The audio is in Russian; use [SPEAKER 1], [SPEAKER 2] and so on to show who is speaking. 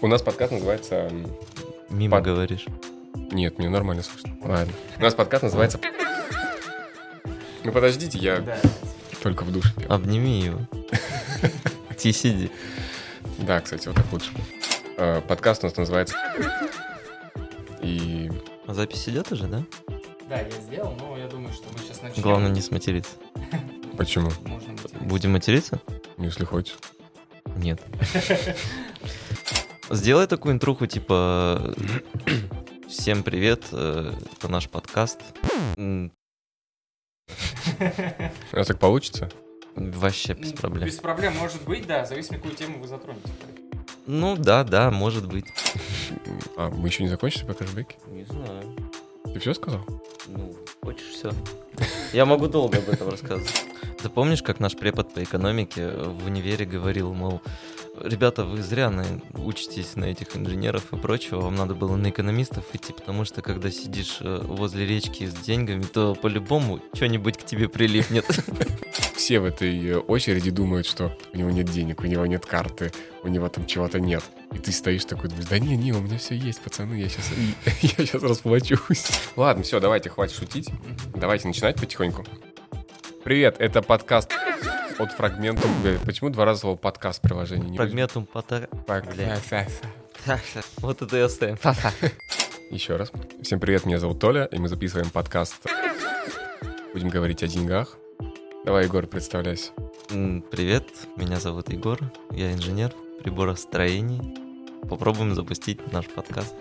[SPEAKER 1] У нас подкаст называется... м,
[SPEAKER 2] Мимо
[SPEAKER 1] Под-
[SPEAKER 2] говоришь.
[SPEAKER 1] Нет, мне нормально слышно. Ладно. У нас подкаст называется... Ну подождите, я только в душе. пел.
[SPEAKER 2] Обними его. Ти сиди.
[SPEAKER 1] Да, кстати, вот так лучше. Э, Подкаст у нас называется... И
[SPEAKER 2] А запись идет уже, да?
[SPEAKER 3] Да, я сделал, но я думаю, что мы сейчас начнем.
[SPEAKER 2] Главное не сматериться.
[SPEAKER 1] почему?
[SPEAKER 3] Можно будет.
[SPEAKER 2] Будем материться?
[SPEAKER 1] Ну, Если хочешь.
[SPEAKER 2] Нет. Сделай такую интруху, типа... Всем привет, э, это наш подкаст. М,
[SPEAKER 1] У нас так получится?
[SPEAKER 2] Вообще без
[SPEAKER 3] Ну,
[SPEAKER 2] проблем.
[SPEAKER 3] Без проблем может быть, да, зависит, какую тему вы затронете.
[SPEAKER 2] Ну да, да, может быть.
[SPEAKER 1] А мы еще не закончили по кэшбэке?
[SPEAKER 2] Не знаю.
[SPEAKER 1] Ты все сказал?
[SPEAKER 2] Ну, хочешь все. Я могу долго об этом рассказывать. Ты помнишь, как наш препод по экономике в универе говорил, мол, ребята, вы зря на- учитесь на этих инженеров и прочего, вам надо было на экономистов идти, потому что когда сидишь э, возле речки с деньгами, то по-любому что-нибудь к тебе прилипнет.
[SPEAKER 1] Все в этой э, очереди думают, что у него нет денег, у него нет карты, у него там чего-то нет. И ты стоишь такой, думаешь, да не, не, у меня все есть, пацаны, я сейчас, я сейчас расплачусь. Ладно, все, давайте, хватит шутить. Давайте начинать потихоньку. Привет, это подкаст от фрагмента. Почему два раза слово подкаст приложение не
[SPEAKER 2] Фрагментум пота... Бля.
[SPEAKER 1] Еще
[SPEAKER 2] Вот это и оставим.
[SPEAKER 1] раз. Всем привет, меня зовут Толя, и мы записываем подкаст. Будем говорить о деньгах. Давай, Егор, представляйся.
[SPEAKER 2] М, Привет, меня зовут Егор, я инженер в приборостроении. Попробуем запустить наш подкаст.